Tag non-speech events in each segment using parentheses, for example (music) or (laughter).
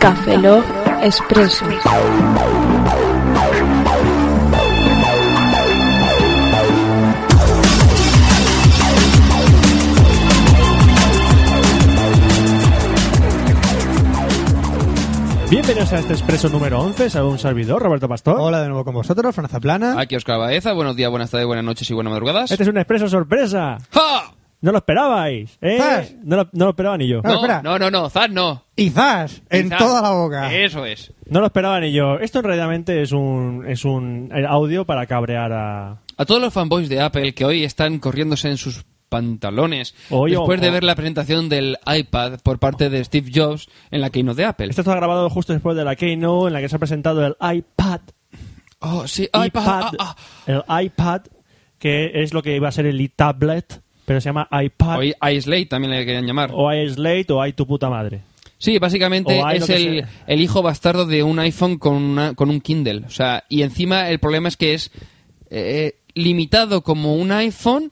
Café Log Expreso. Bienvenidos a este expreso número 11, sabe un servidor, Roberto Pastor. Hola de nuevo con vosotros, Franza Plana. ¿Ah? Aquí Oscar Baeza, buenos días, buenas tardes, buenas noches y buenas madrugadas. Este es un expreso sorpresa. ¡Ja! No lo esperabais, ¿eh? ¿Sabes? No lo, no lo esperaba ni yo. Ah. espera. No, no, no, no, Zaz no. Y zas, en Zaz. toda la boca. Eso es. No lo esperaba ni yo. Esto realmente es un, es un audio para cabrear a... A todos los fanboys de Apple que hoy están corriéndose en sus pantalones Oye, después ojo. de ver la presentación del iPad por parte de Steve Jobs en la keynote de Apple. Esto está grabado justo después de la Keynote en la que se ha presentado el iPad. Oh, sí, iPad. ah, ah. El iPad, que es lo que iba a ser el tablet pero se llama iPad. ah. Hoy iSlate también le querían llamar. O hay Slate o hay tu puta madre. Sí, básicamente O hay lo es que el, sea. el hijo bastardo de un iPhone con, una- con un Kindle. O sea, y encima el problema es que es eh, limitado como un iPhone,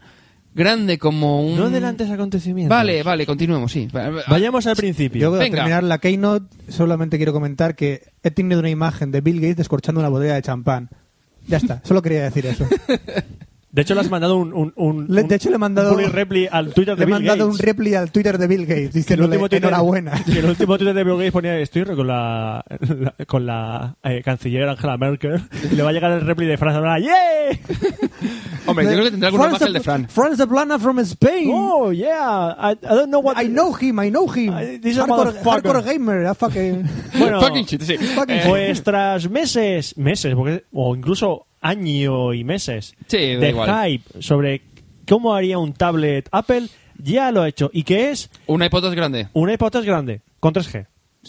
grande como un... No adelantes acontecimientos. Vale, vale, continuemos, sí. Vayamos al principio. Yo voy a Venga. terminar la keynote, solamente quiero comentar que he tenido una imagen de Bill Gates descorchando una botella de champán. Ya (laughs) está, solo quería decir eso. De hecho, le has mandado un. un, un- Le- un- de hecho, le he mandado- Un bully reply al Twitter Le de he Bill mandado Gates. un repli al Twitter de Bill Gates Que el diciéndole último Twitter- (laughs) (laughs) enhorabuena. que el último Twitter de Bill Gates ponía: Estoy con la, la- con la eh, canciller Angela Merkel. Y le va a llegar el reply de Francia. (laughs) ¡Yeah! Hombre, yo creo que tendrá alguna Franz imagen de Apl- Fran. Franz Zaplana from Spain. ¡Oh, yeah! I, I don't know what. I know him, I know him. I- this is a hardcore, motherfucker. hardcore gamer, a (laughs) fucking... Bueno, Fucking shit, sí. Fucking Eh, pues tras meses, meses, porque- o incluso año y meses Sí, da de igual. hype sobre cómo haría un tablet Apple, ya lo ha hecho. ¿Y qué es? Una hipótesis grande. Una hipótesis grande, con 3G.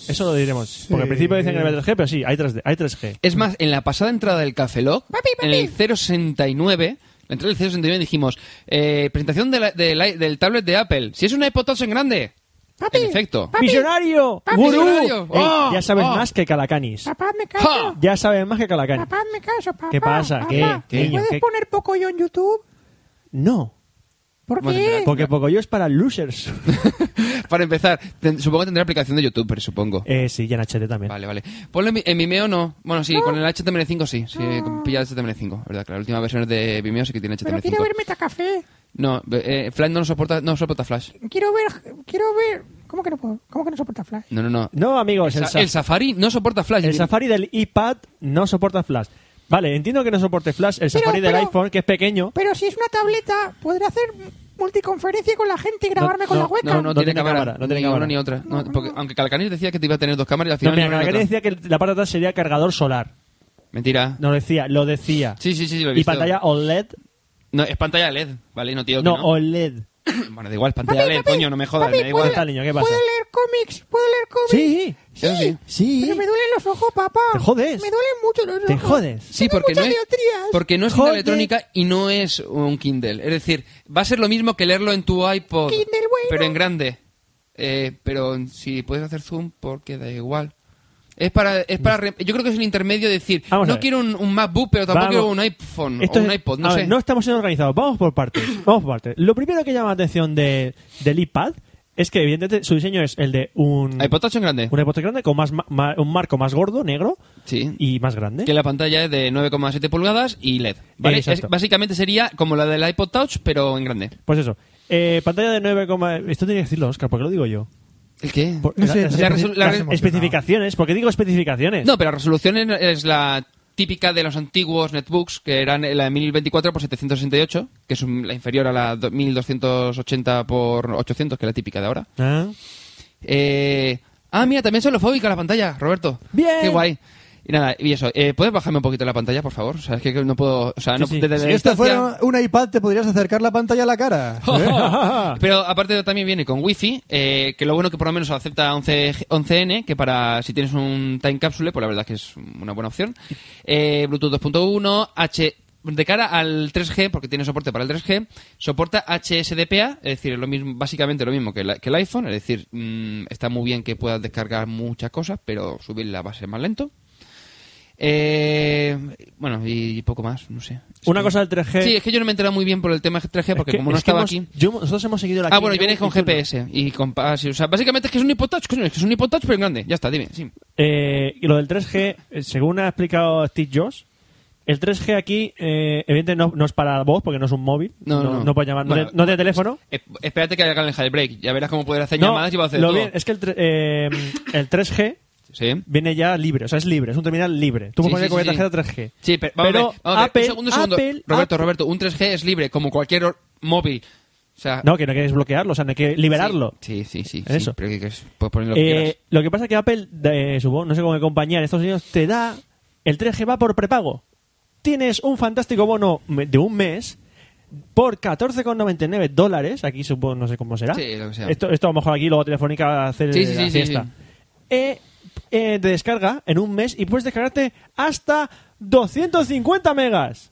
Eso lo diremos. Porque al principio dicen que no había 3G, pero sí, hay 3D, hay 3G. Es más, en la pasada entrada del Café Lock, en el 069, la entrada del 069 dijimos, eh, presentación de la- de la- del tablet de Apple. Si es una hipótesis en grande. en efecto. ¡Visionario! Papi, ¡Gurú! visionario. Ey, Oh, ya sabes oh. más que Calacanis. Ah, Papá, me caso. ¡Ja! Ya sabes más que Calacanis. Papá, me caso, papá. ¿Qué pasa? Papá, ¿Qué? ¿Qué? ¿Puedes ¿Qué? poner poco yo en YouTube? No. ¿Por Vamos a Este qué? esperar. Porque Pocoyo es para (laughs) losers. (laughs) Para empezar, ten- supongo que tendrá aplicación de YouTube, pero supongo. eh, sí, y en HD también. Vale, vale. Ponlo en, mi- en Vimeo no. Bueno, sí, con el HTML5 sí. Sí, Ah. con- pilla HTML5, ¿verdad? Que la última versión de Vimeo sí que tiene Pero HTML5. quiero ver Metacafé. No, eh, Flash no soporta, no soporta Flash. Quiero ver... Quiero ver... ¿Cómo que no puedo? ¿Cómo que no soporta Flash? No, no, no. No, amigos, Sa- el, sa- el Safari no soporta Flash. el Safari del iPad no soporta Flash. Vale, entiendo que no soporte Flash. El Pero- Safari del pero- iPhone, que es pequeño, Pero si es una tableta, podré hacer multiconferencia con la gente y grabarme con no, la hueca. No, no, No tiene, tiene cámara, cámara, no tiene ni cámara. una ni otra. No, porque, aunque Calcanis decía que te iba a tener dos cámaras y al no, mira, final ni una ni Calacanis otra. decía que el- la parte de atrás sería cargador solar. Mentira. No lo decía, lo decía. Sí, sí, sí, sí, lo he y visto. pantalla OLED. No, es pantalla LED, ¿vale? No, tío, que No, E no. OLED. Bueno, da igual, pantalla LED, coño, no me jodas, papi, me da igual. ¿puedo- Tal niño, ¿qué pasa? ¿Puedo leer cómics? ¿Puedo leer cómics? Sí, Eso sí. sí. Pero me duelen los ojos, papá. Te jodes. Me duelen mucho los ojos. Te jodes. Sí, Tengo porque no, muchas es, dioptrías. porque no es cinta Joder. electrónica y no es un Kindle. Es decir, va a ser lo mismo que leerlo en tu iPod, Kindle, bueno. pero en grande. Eh, pero si puedes hacer zoom, porque da igual. Es para, es para re- yo creo que es el intermedio de decir, Vamos a no ver. quiero un, un MacBook, pero tampoco Vamos. quiero un iPhone Esto o un es- iPod, a no ver, sé. no estamos siendo organizados. Vamos por (laughs) partes. Vamos por partes. Lo primero que llama la atención de, del iPad es que, evidentemente, su diseño es el de un. iPod Touch en grande. Un iPod grande con más ma- ma- un marco más gordo, negro Sí. y más grande. Que la pantalla es de 9,7 pulgadas y LED. ¿vale? Exacto. Es- básicamente sería como la del iPod Touch, pero en grande. Pues eso. Eh, pantalla de 9, coma- esto tenía que decirlo, Oscar, porque lo digo yo. ¿El qué? Por- No sé, las- la las- resol- la las re- especificaciones, porque digo especificaciones. No, pero la resolución en- es la típica de los antiguos netbooks, que eran la de 1024 por 768, que es un- la inferior a la do- 1280 por 800, que es la típica de ahora. Ah. (laughs) Eh, ah, mira, también solofóbica la pantalla, Roberto. Bien. Qué guay. Y nada, y eso. eh, ¿Puedes bajarme un poquito la pantalla, por favor? O sea, es que no puedo... O sea, no, sí. desde Si la esto distancia- fuera un iPad, te podrías acercar la pantalla a la cara. Ah. Pero aparte también viene con wifi, eh, que lo bueno que por lo menos acepta 11, 11N, que para si tienes un time capsule, pues la verdad es que es una buena opción. Eh, Bluetooth 2.1, H... De cara al 3G, porque tiene soporte para el 3G, soporta HSDPA, es decir, lo mismo, básicamente lo mismo que, la- que el iPhone, es decir, mm, está muy bien que puedas descargar muchas cosas, pero subir la base es más lento. Eh, Eh, bueno, y poco más, no sé. (laughs) Es Una que- cosa del 3G. Sí, es que yo no me he enterado muy bien por el tema 3G, ¿eh? porque Es que- como no es que estaba hemos- aquí... yo- nosotros hemos seguido la Ah, bueno, y línea vienes con Google. GPS y con... ah, sí, o sea, básicamente es que es un iPod touch, coño, es que es un iPod touch pero en grande. Ya está, dime, sí. Eh, y lo del 3G, eh, según ha explicado Steve Jobs, el 3G aquí, eh, evidentemente, no, no es para voz, porque no es un móvil. No, no. puedes llamar, no Bueno, te- no tiene teléfono. Eh, espérate que hagan el jailbreak, ya verás cómo poder hacer No, llamadas y va a hacer lo todo. bien- es que el, tre- eh, el 3G Sí. viene ya libre, o sea, es libre, es un terminal libre. Tú Sí, puedes poner sí, cualquier sí, tarjeta 3G. Sí, pero vamos a ver, vamos a ver, Apple, un segundo, un segundo. Apple, Roberto, Apple- Roberto, un 3G es libre, como cualquier or- móvil. O sea, No, que no hay que desbloquearlo, o sea, no hay que liberarlo. Sí, sí, sí. Eso. sí, pero que- que es- puedes poner lo que Eh, quieras. lo que pasa es que Apple, eh, supongo, no sé cómo qué compañía en Estados Unidos, te da. El 3G va por prepago. Tienes un fantástico bono me- de un mes por 14,99 dólares. Aquí supongo, no sé cómo será. Sí, lo que sea. Esto, esto a lo mejor aquí, luego Telefónica va a hacer Sí, sí, la sí, sí, fiesta. Eh, eh, te descarga en un mes y puedes descargarte hasta 250 megas.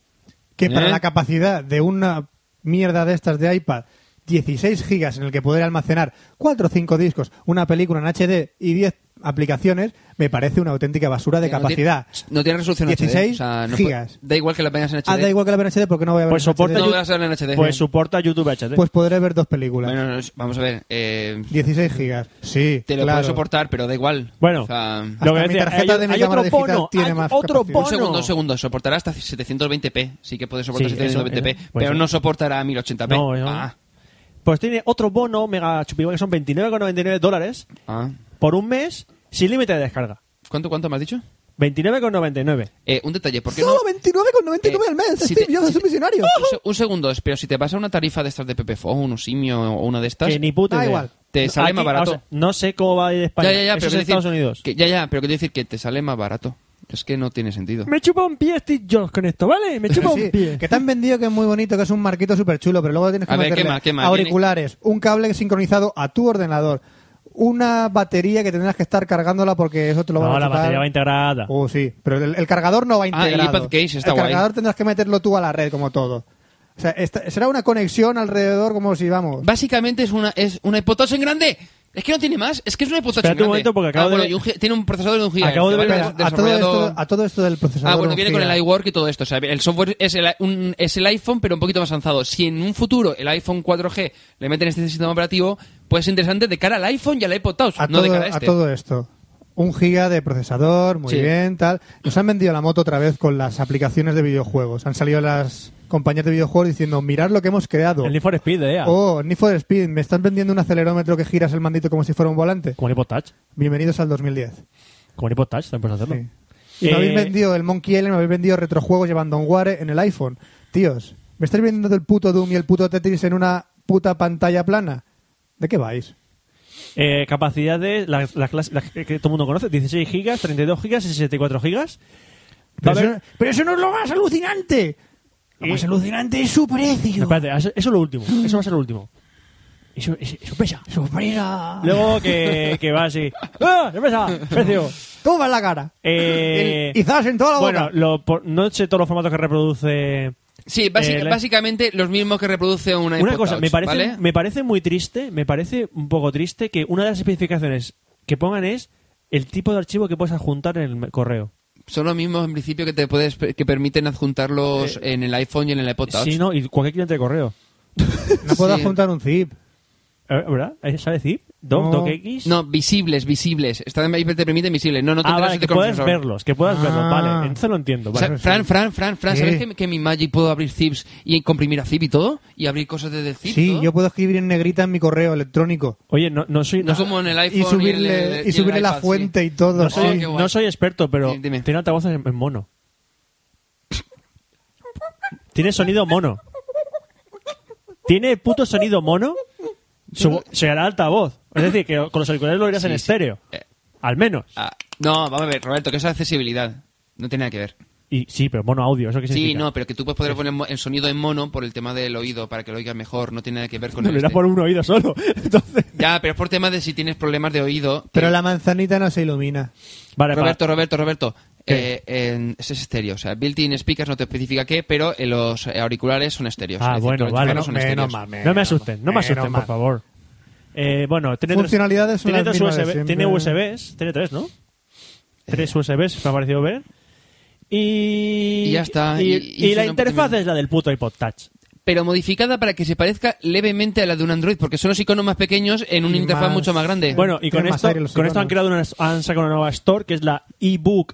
Que para ¿Eh? la capacidad de una mierda de estas de iPad, 16 gigas en el que poder almacenar 4 o 5 discos, una película en HD y 10 aplicaciones, me parece una auténtica basura de Que no capacidad. tiene- No tiene resolución 16 HD. O sea, no gigas. puede- Da igual que la veas en HD. Ah, da igual que la ver en HD porque no voy a ver Pues en HD. soporta, No Yu- vas a ver en HD. pues soporta YouTube HD. Pues podré ver dos películas. Bueno, no, es- vamos a ver. Eh, 16 gigas. Sí, te lo claro. puedes soportar, pero da igual. Bueno. O sea, Ah, hasta mi tarjeta de mi cámara digital tiene hay más otro capacidad. bono. un segundo, un segundo. Soportará hasta 720p. Sí que puede soportar Sí, eso, 720p, eso, pues pero sí. no soportará 1080p. No, no. Ah, Pues tiene otro bono mega chupiva que son 29,99 dólares ah. por un mes sin límite de descarga. ¿Cuánto, ¿Cuánto me has dicho? 29,99. Eh, un detalle, ¿por qué no? Solo 29,99 Eh, al mes. si Steve te- Jobs si es un (laughs) visionario. Un se- Un segundo, pero si te vas a una tarifa de estas de PPFone, un simio o una de estas, Que ni puta Da idea. igual. Te sale más barato. vamos a- no sé cómo va a ir España. ya, ya, ya, Eso pero es quiero en decir Estados Unidos. que- ya, ya, pero quiero decir que te sale más barato. Es que no tiene sentido. Me chupa un pie Steve Jobs con esto, ¿vale? Me chupa Sí, un pie. que te han vendido que es muy bonito, que es un marquito súper chulo, pero luego tienes que A ver, meterle ¿qué más, qué más? auriculares, un cable sincronizado a tu ordenador, una batería que tendrás que estar cargándola porque eso te lo van No, a la quitar. batería va integrada. Oh, sí, pero el, el cargador no va Ah, el integrado. iPad case está El guay. cargador tendrás que meterlo tú a la red, como todo. O sea, esta- será una conexión alrededor como si, vamos... Básicamente es una es una iPod Touch en grande. Es que no tiene más, es que es una iPod Touch Espérate en grande. un momento, porque acabo Ah, bueno, de- y un gi- tiene un procesador de un gigahertz. Acabo de ¿vale? ver- Espera, a, todo Desarrollado- esto, a todo esto del procesador... Ah, bueno, un viene con giga. el iWork y todo esto. O sea, el software es el, un- es el iPhone, pero un poquito más avanzado. Si en un futuro el iPhone 4G le meten este sistema operativo, puede ser interesante de cara al iPhone y al iPod Touch, a, no de todo, cara a a este. todo esto. Un giga de procesador, muy Sí. bien, tal. Nos han vendido la moto otra vez con las aplicaciones de videojuegos. Han salido las compañías de videojuegos diciendo, mirad lo que hemos creado. El Need for Speed, eh. Oh, Need for Speed, me estás vendiendo un acelerómetro que giras el mandito como si fuera un volante. Como un iPod Touch. Bienvenidos al 2010. Como un iPod Touch, también puedes hacerlo. Y Eh, me habéis vendido el Monkey Island, me habéis vendido retrojuegos llevando un Ware en el iPhone. Tíos, ¿me estáis vendiendo el puto Doom y el puto Tetris en una puta pantalla plana? ¿De qué vais? Eh, capacidades, las, las clases- las que que todo el mundo conoce, 16 gigas, 32 gigas y 64 gigas. Va a Pero, haber- eso, pero eso no es lo más alucinante. Lo Eh, más alucinante es su precio. Espérate, eso eso es lo último, eso va a ser lo último. Eso, eso- eso pesa. ¡Sorpresa! Luego que, que va así. ¡Ah! ¡No pesa! ¡Precio! Toma en la cara. Eh, El- quizás en toda la boca. Bueno, lo- por- no sé todos los formatos que reproduce. Sí, básica- Eh, la- básicamente los mismos que reproduce un iPod una cosa, Touch, me, parece, ¿vale? me parece muy triste, me parece un poco triste que una de las especificaciones que pongan es el tipo de archivo que puedes adjuntar en el correo. Son los mismos en principio que te puedes que permiten adjuntarlos en el iPhone y en el iPod Touch. Eh, Si no, y cualquier cliente de correo. no puedo sí. juntar un zip. Eh, ¿Verdad? ¿Sabe zip? ¿Doc? No. ¿DocX? No, visibles, visibles. Está, ahí te permiten visibles. No, no Ah, tendrás vale, este que puedas confesor. verlos, que puedas Ah. verlos, vale. Entonces lo entiendo. O sea, Vale. Fran, Fran, Fran, Fran, Sí. ¿sabes que, que en mi Magic puedo abrir zips y comprimir a zip y todo? Y abrir cosas desde zip. Sí, todo? yo puedo escribir en negrita en mi correo electrónico. Oye, no, no soy... No No, como en el iPhone y subirle, en el- y en subirle el la iPad, sí. fuente y todo. no soy, Oh, qué guay. no soy experto, pero Sí, dime. tiene altavoces en, en mono. Tiene sonido mono. Tiene puto sonido mono. Su, será altavoz. Es decir, que con los auriculares lo oirás Sí, en sí. estéreo. Eh, Al menos. ah, no, vamos a ver, Roberto, que eso es accesibilidad. No tiene nada que ver. Y, sí, pero mono audio, ¿eso qué Sí, significa? (laughs) no, pero que tú puedes poder poner mo- el sonido en mono por el tema del oído, para que lo oigas mejor. No tiene nada que ver con Me el lo da este. por un oído solo. (laughs) Entonces... Ya, pero es por tema de si tienes problemas de oído. que- Pero la manzanita no se ilumina. Vale, para- Roberto, Roberto, Roberto. Eh, en- es estéreo, o sea, built-in speakers no te especifica qué, pero eh, los auriculares son estéreos. Ah, Es decir, bueno, los vale. auriculares son Menos estéreos. mal, menos No me mal, asusten, no me asusten, menos mal. por favor. Eh, bueno, tiene Funcionalidades son tiene las dos mismas de USB, siempre. Eh. tiene USBs, tiene tres, ¿no? Tres USBs, me ha parecido ver. Y, Y ya está, Y, y y- y la suena un interfaz poquito es la del puto iPod Touch. pero modificada para que se parezca levemente a la de un Android, porque son los iconos más pequeños en una Y interfaz más- mucho más grande. Bueno, y con Tiene más esto, aire los con esto iconos. han creado una, han sacado una nueva store que es la ebook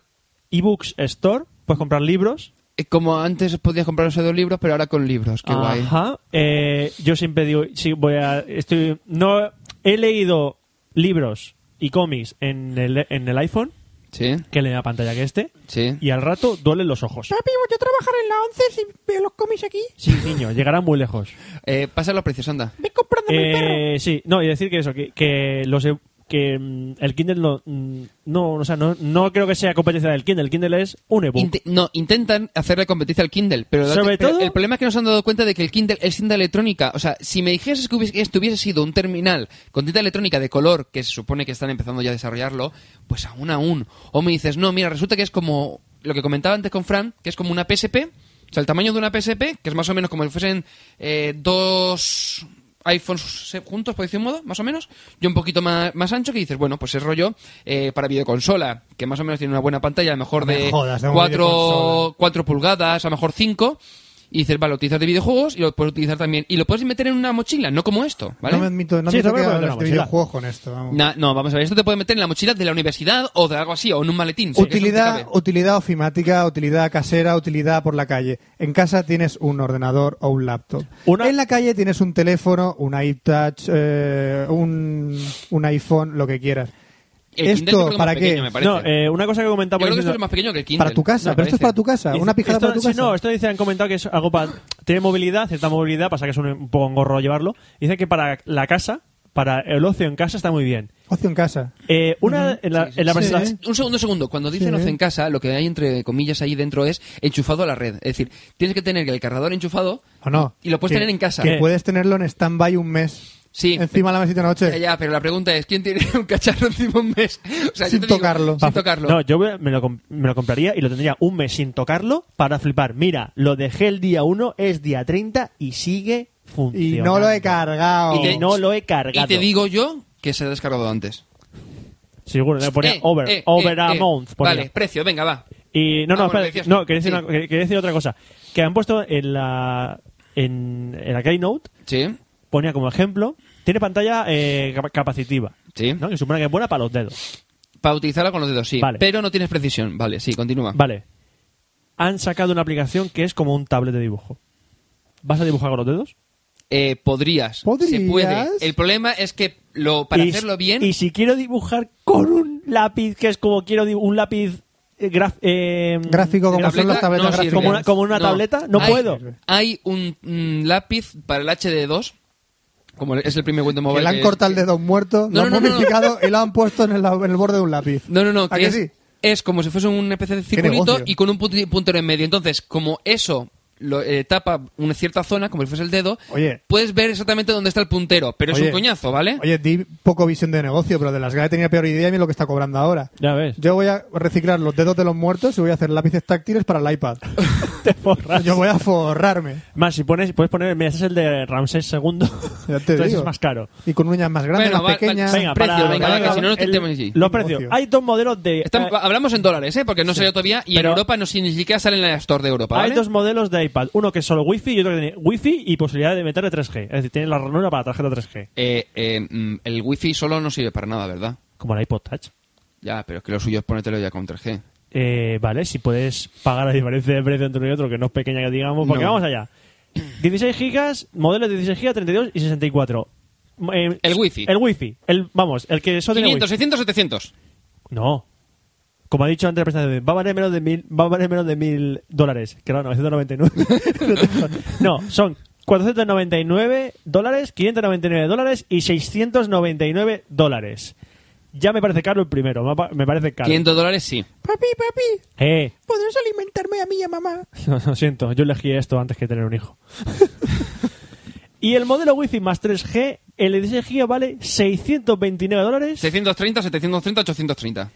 ebooks store. Puedes comprar libros. Eh, Como antes podías comprar los dos libros, pero ahora con libros, qué guay. Ajá. Eh, yo siempre digo, sí, voy a, estoy, no he leído libros y cómics en el, en el iPhone Sí, que le da pantalla que este sí. y al rato duelen los ojos. Papi, voy a trabajar en la 11 si veo los cómics aquí. Sí, niño, llegará muy (laughs) lejos. Eh, pasa los precios, anda. Ven comprándome el perro. Eh, sí, no, y decir que eso, que, que los e- que mm, el Kindle no, mm, no, o sea, no, no creo que sea competencia del Kindle. El Kindle es un ebook. Inte- no, intentan hacerle competencia al Kindle, pero, date- Sobre pero todo- el problema es que no se han dado cuenta de que el Kindle es cinta electrónica. O sea, si me dijeras que hubiese, esto hubiese sido un terminal con tinta electrónica de color, que se supone que están empezando ya a desarrollarlo, pues aún aún. O me dices, no, mira, resulta que es como lo que comentaba antes con Fran, que es como una PSP, o sea, el tamaño de una PSP, que es más o menos como si fuesen eh, dos iPhones se- juntos, por decir un modo, más o menos, y un poquito más, más ancho, que dices, bueno, pues es rollo eh, para videoconsola, que más o menos tiene una buena pantalla, a lo mejor No me de jodas, tengo videoconsola. 4, pulgadas, a lo mejor 5, y dices, vale, lo utilizas de videojuegos y lo puedes utilizar también. Y lo puedes meter en una mochila, no como esto, ¿vale? No me admito, no Sí, admito sobre que todo la hables de mochila. videojuegos con esto. vamos. Na- no, vamos a ver, esto te puede meter en la mochila de la universidad o de algo así, o en un maletín. sí, que eso te utilidad, cabe. utilidad ofimática, utilidad casera, utilidad por la calle. En casa tienes un ordenador o un laptop. Una- En la calle tienes un teléfono, un iTouch, eh, un, un iPhone, lo que quieras. El Kindle ¿Esto creo que es más para qué? pequeño, me parece. No, eh, una cosa que Yo comentaba creo que esto diciendo- es más pequeño que el Kindle. Para tu casa, me pero esto es parece. para tu casa, Dice- una pijada esto- para tu sí, casa. no, esto dice, han comentado que es algo para... Tiene movilidad, cierta movilidad, pasa que es un, un poco engorro llevarlo. Dice que para la casa, para el ocio en casa está muy bien. Ocio en casa. Eh, una, en la, en la sí, presentación- sí. Un segundo, un segundo. Cuando dicen Sí. ¿eh? ocio en casa, lo que hay entre comillas ahí dentro es enchufado a la red. Es decir, tienes que tener el cargador enchufado ¿O no? y lo puedes Que- tener en casa. Que puedes tenerlo en stand-by un mes. Sí. Encima de la mesita de noche. Ya, ya, pero la pregunta es, ¿quién tiene (laughs) un cacharro encima un mes? O sea, yo Sin te digo, tocarlo. sin tocarlo. No, yo me lo, comp- me lo compraría y lo tendría un mes sin tocarlo para flipar. Mira, lo dejé el día 1, es día 30 y sigue Y funcionando. no lo he cargado. Y te- no lo he cargado. Y te digo yo que se ha descargado antes. Seguro, le ponía Eh, over, eh, over eh, a eh. month. ponía. Vale, precio, venga, va. Y no, Ah, no, bueno, espera, decías no, tú. quería decir, Sí. una- quería- quería decir otra cosa. Que han puesto en la en, en la Keynote, Sí, ponía como ejemplo, tiene pantalla eh, cap- capacitiva, sí. ¿no? Que supone que es buena para los dedos. Para utilizarla con los dedos, sí. Vale. Pero no tienes precisión. Vale, sí, continúa. Vale. Han sacado una aplicación que es como un tablet de dibujo. ¿Vas a dibujar con los dedos? Eh, podrías. ¿Podrías? Se puede. El problema es que lo, para Y si- hacerlo bien... Y si quiero dibujar con un lápiz, que es como quiero dibu- un lápiz eh, graf- eh, Gráfico, como son las tableta tabletas no sirve. gráficas. Como una- como una tableta, no hay, puedo. Hay un mm, lápiz para el HD2, como es el primer Windows Que Mobile. le han que- cortado el dedo muerto, No, lo no, han no, no. modificado y lo han puesto en el, en el borde de un lápiz. No, no, no, ¿A que que es, sí? es como si fuese una especie de circulito negocio? y con un punti- puntero en medio. Entonces, como eso lo, eh, tapa una cierta zona, como si fuese el dedo, Oye. puedes ver exactamente dónde está el puntero, pero es Oye, un coñazo, ¿vale? Oye, di poco visión de negocio, pero de las que tenía peor idea y mira lo que está cobrando ahora. Ya ves. Yo voy a reciclar los dedos de los muertos y voy a hacer lápices táctiles para el (laughs) iPad. te forras. Yo voy a forrarme. Más, si pones, puedes poner, mira, este es el de Ramsés II. (laughs) Ya (laughs) te Entonces digo. es más caro. Y con uñas más grandes, Bueno, más va- pequeñas. va- Venga, Ah, Precio, para, venga, va, para- que si no, no te el- tenemos aquí. Los precios. Negocio. Hay dos modelos de. Estamos- eh, hablamos en dólares, ¿eh? Porque no salió todavía y Pero- en Europa no sin- ni siquiera sale en la Store de Europa, hay ¿vale? dos modelos de iPad. Uno que es solo Wi-Fi y otro que tiene Wi-Fi y posibilidad de meterle 3G. Es decir, tiene la ranura para tarjeta 3G. Eh, eh, mm, el wifi solo no sirve para nada, ¿verdad? Como la iPod Touch. Ya, pero es que lo suyo es ponértelo ya con 3G. Eh, vale, si puedes pagar la diferencia de precio entre uno y otro, que no es pequeña que digamos, porque No. vamos allá. 16 gigas, modelos de 16 gigas, 32 y 64. Eh, El wifi. El wifi. El, vamos, el que solo tiene 500, wifi. 600, 700. No. Como ha dicho antes la presentación, va a valer menos de mil, va a valer menos de mil dólares, que era 999. No tengo- (laughs) no, son 499 dólares, 599 dólares y 699 dólares. Ya me parece caro el primero, me pa- me parece caro. 500 dólares sí. Papi, papi, Eh, ¿podrás alimentarme a mí y a mamá? No, lo siento, yo elegí esto antes que tener un (laughs) hijo. y el modelo Wi-Fi más 3G, el de 16 GB vale 629 dólares. 630, 730, 830.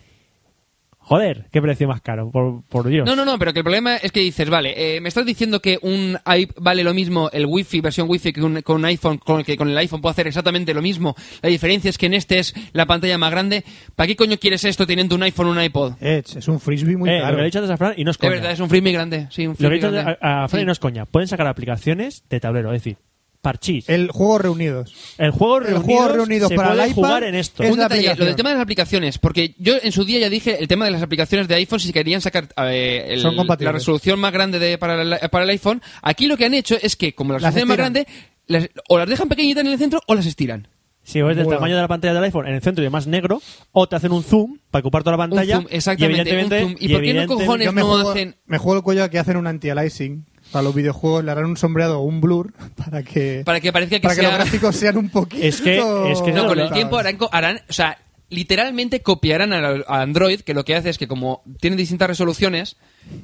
Joder, qué precio más caro, por, por Dios. No, no, no, pero que el problema es que dices, vale, eh, me estás diciendo que un iP- vale lo mismo el Wi-Fi, versión Wi-Fi, que un, con un iPhone, con, que con el iPhone puedo hacer exactamente lo mismo. La diferencia es que en este es la pantalla más grande. ¿Para qué coño quieres esto teniendo un iPhone o un iPod? Ech, es un frisbee muy Eh, lo caro. que le he dicho antes a Fran y no es De coña. verdad, es un frisbee grande. Sí, un Lo que he frisbee dicho grande. a, a Fran y Sí. no es coña. Pueden sacar aplicaciones de tablero, es decir, parchís. El, El juego reunidos. juego Eh, el reunidos, juego reunidos se para el puede iPad jugar en esto. es un la detalle, lo aplicación. del tema de las aplicaciones, porque yo en su día ya dije el tema de las aplicaciones de iPhone, si querían sacar eh, el- Son la compatibles. resolución más grande de- para, el, para el iPhone, aquí lo que han hecho es que como la Las resolución es más grande, estiran. las- o las dejan pequeñitas en el centro o las estiran. Si ves del Bueno. tamaño de la pantalla del iPhone en el centro y de más negro, o te hacen un zoom para ocupar toda la Un pantalla. zoom, exactamente, Y evidentemente, un zoom. ¿Y por qué no evidentemente- cojones Yo me, no juego, hacen- me juego el cuello a que hacen un anti-aliasing. Para los videojuegos le harán un sombreado o un blur (laughs) para que, Para que parezca que para que sea- los gráficos sean un poquito... Es que- es que No, Claro, con el claro. tiempo harán, co- harán- o sea, literalmente copiarán al- a, Android, que lo que hace es que como tiene distintas resoluciones,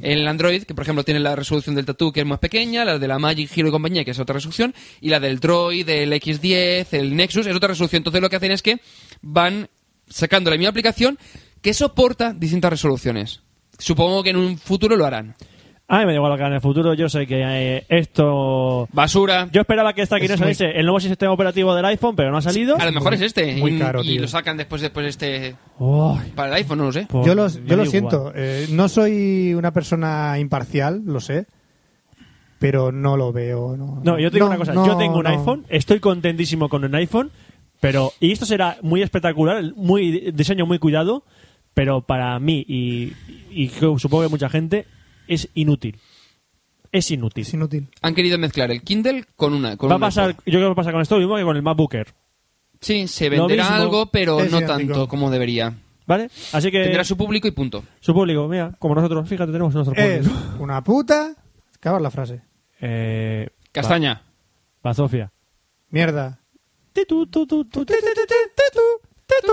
el Android, que por ejemplo tiene la resolución del Tattoo, que es más pequeña, la de la Magic Hero y compañía, que es otra resolución, y la del Droid, el X10, el Nexus, es otra resolución. Entonces lo que hacen es que van sacando la misma aplicación que soporta distintas resoluciones. Supongo que en un futuro lo harán. Ay, me da igual lo que hagan en el futuro. Yo sé que eh, esto. Basura. Yo esperaba que esta aquí Es no saliese el nuevo sistema operativo del iPhone, pero no ha salido. A lo mejor es este. Muy y, caro, y tío. lo sacan después, después este... Ay, Para el iPhone, no lo sé. por- Yo, los- me yo da lo igual. siento. eh, no soy una persona imparcial, lo sé. Pero no lo veo. No, No, yo te digo No, una cosa. no, yo tengo un no. iPhone, estoy contentísimo con un iPhone, pero. Y esto será muy espectacular, muy diseño muy cuidado, pero para mí y, y creo- supongo que mucha gente es inútil. Es inútil. (laughs) Es inútil. Han querido mezclar el Kindle con una. Con va a un pasar, iPod. yo creo que va a pasar con esto lo mismo que con el MacBooker, Sí, se Lo venderá mismo. algo, pero Es no idéntico. tanto como debería. ¿vale? Así que Tendrá su público y punto. su público, mira, como nosotros, fíjate, tenemos nuestro Es (laughs) público. una puta... Acabar la frase. Eh, Castaña. Va, va, Sofía. Mierda. Te tu, tu, tu, tu, te, te, te, te, te, tu, te, tu,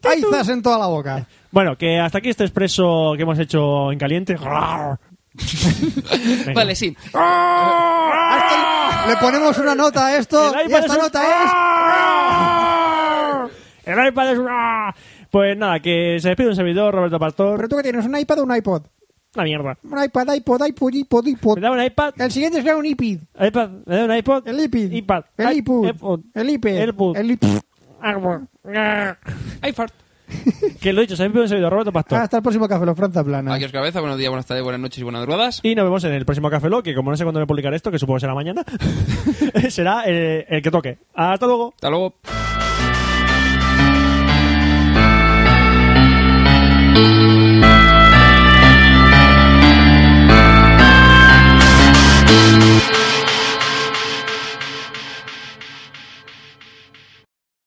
te, tu. Aizas en toda la boca. Bueno, que hasta aquí este expreso que hemos hecho en caliente. (laughs) Venga. Vale, sí. A esto le- le ponemos una nota a esto El y iPad esta es un- ¡Ah! ¡Ah! nota ¿eh? es... El iPad es un- Pues nada, que se despide un servidor, Roberto Pastor. Pero tú que tienes, un iPad o un iPod. Una mierda. Un iPad, iPod, iPod, iPod, Me iPod. da un iPad. El siguiente será un iPid. iPad. Me da un iPod. El iPid. iPad. El iPod. iPod. El iPad. iPod. El iPod. iFart. (laughs) Que lo he dicho, se despide un servidor, Roberto Pastor. Hasta el próximo Café Lo Franza Plana. Adiós, cabeza. Buenos días, buenas tardes, buenas noches y buenas madrugadas. Y nos vemos en el próximo Café Lock, que como no sé cuándo voy a publicar esto, que supongo que será mañana, (laughs) será eh, el que toque. Hasta luego. Hasta luego.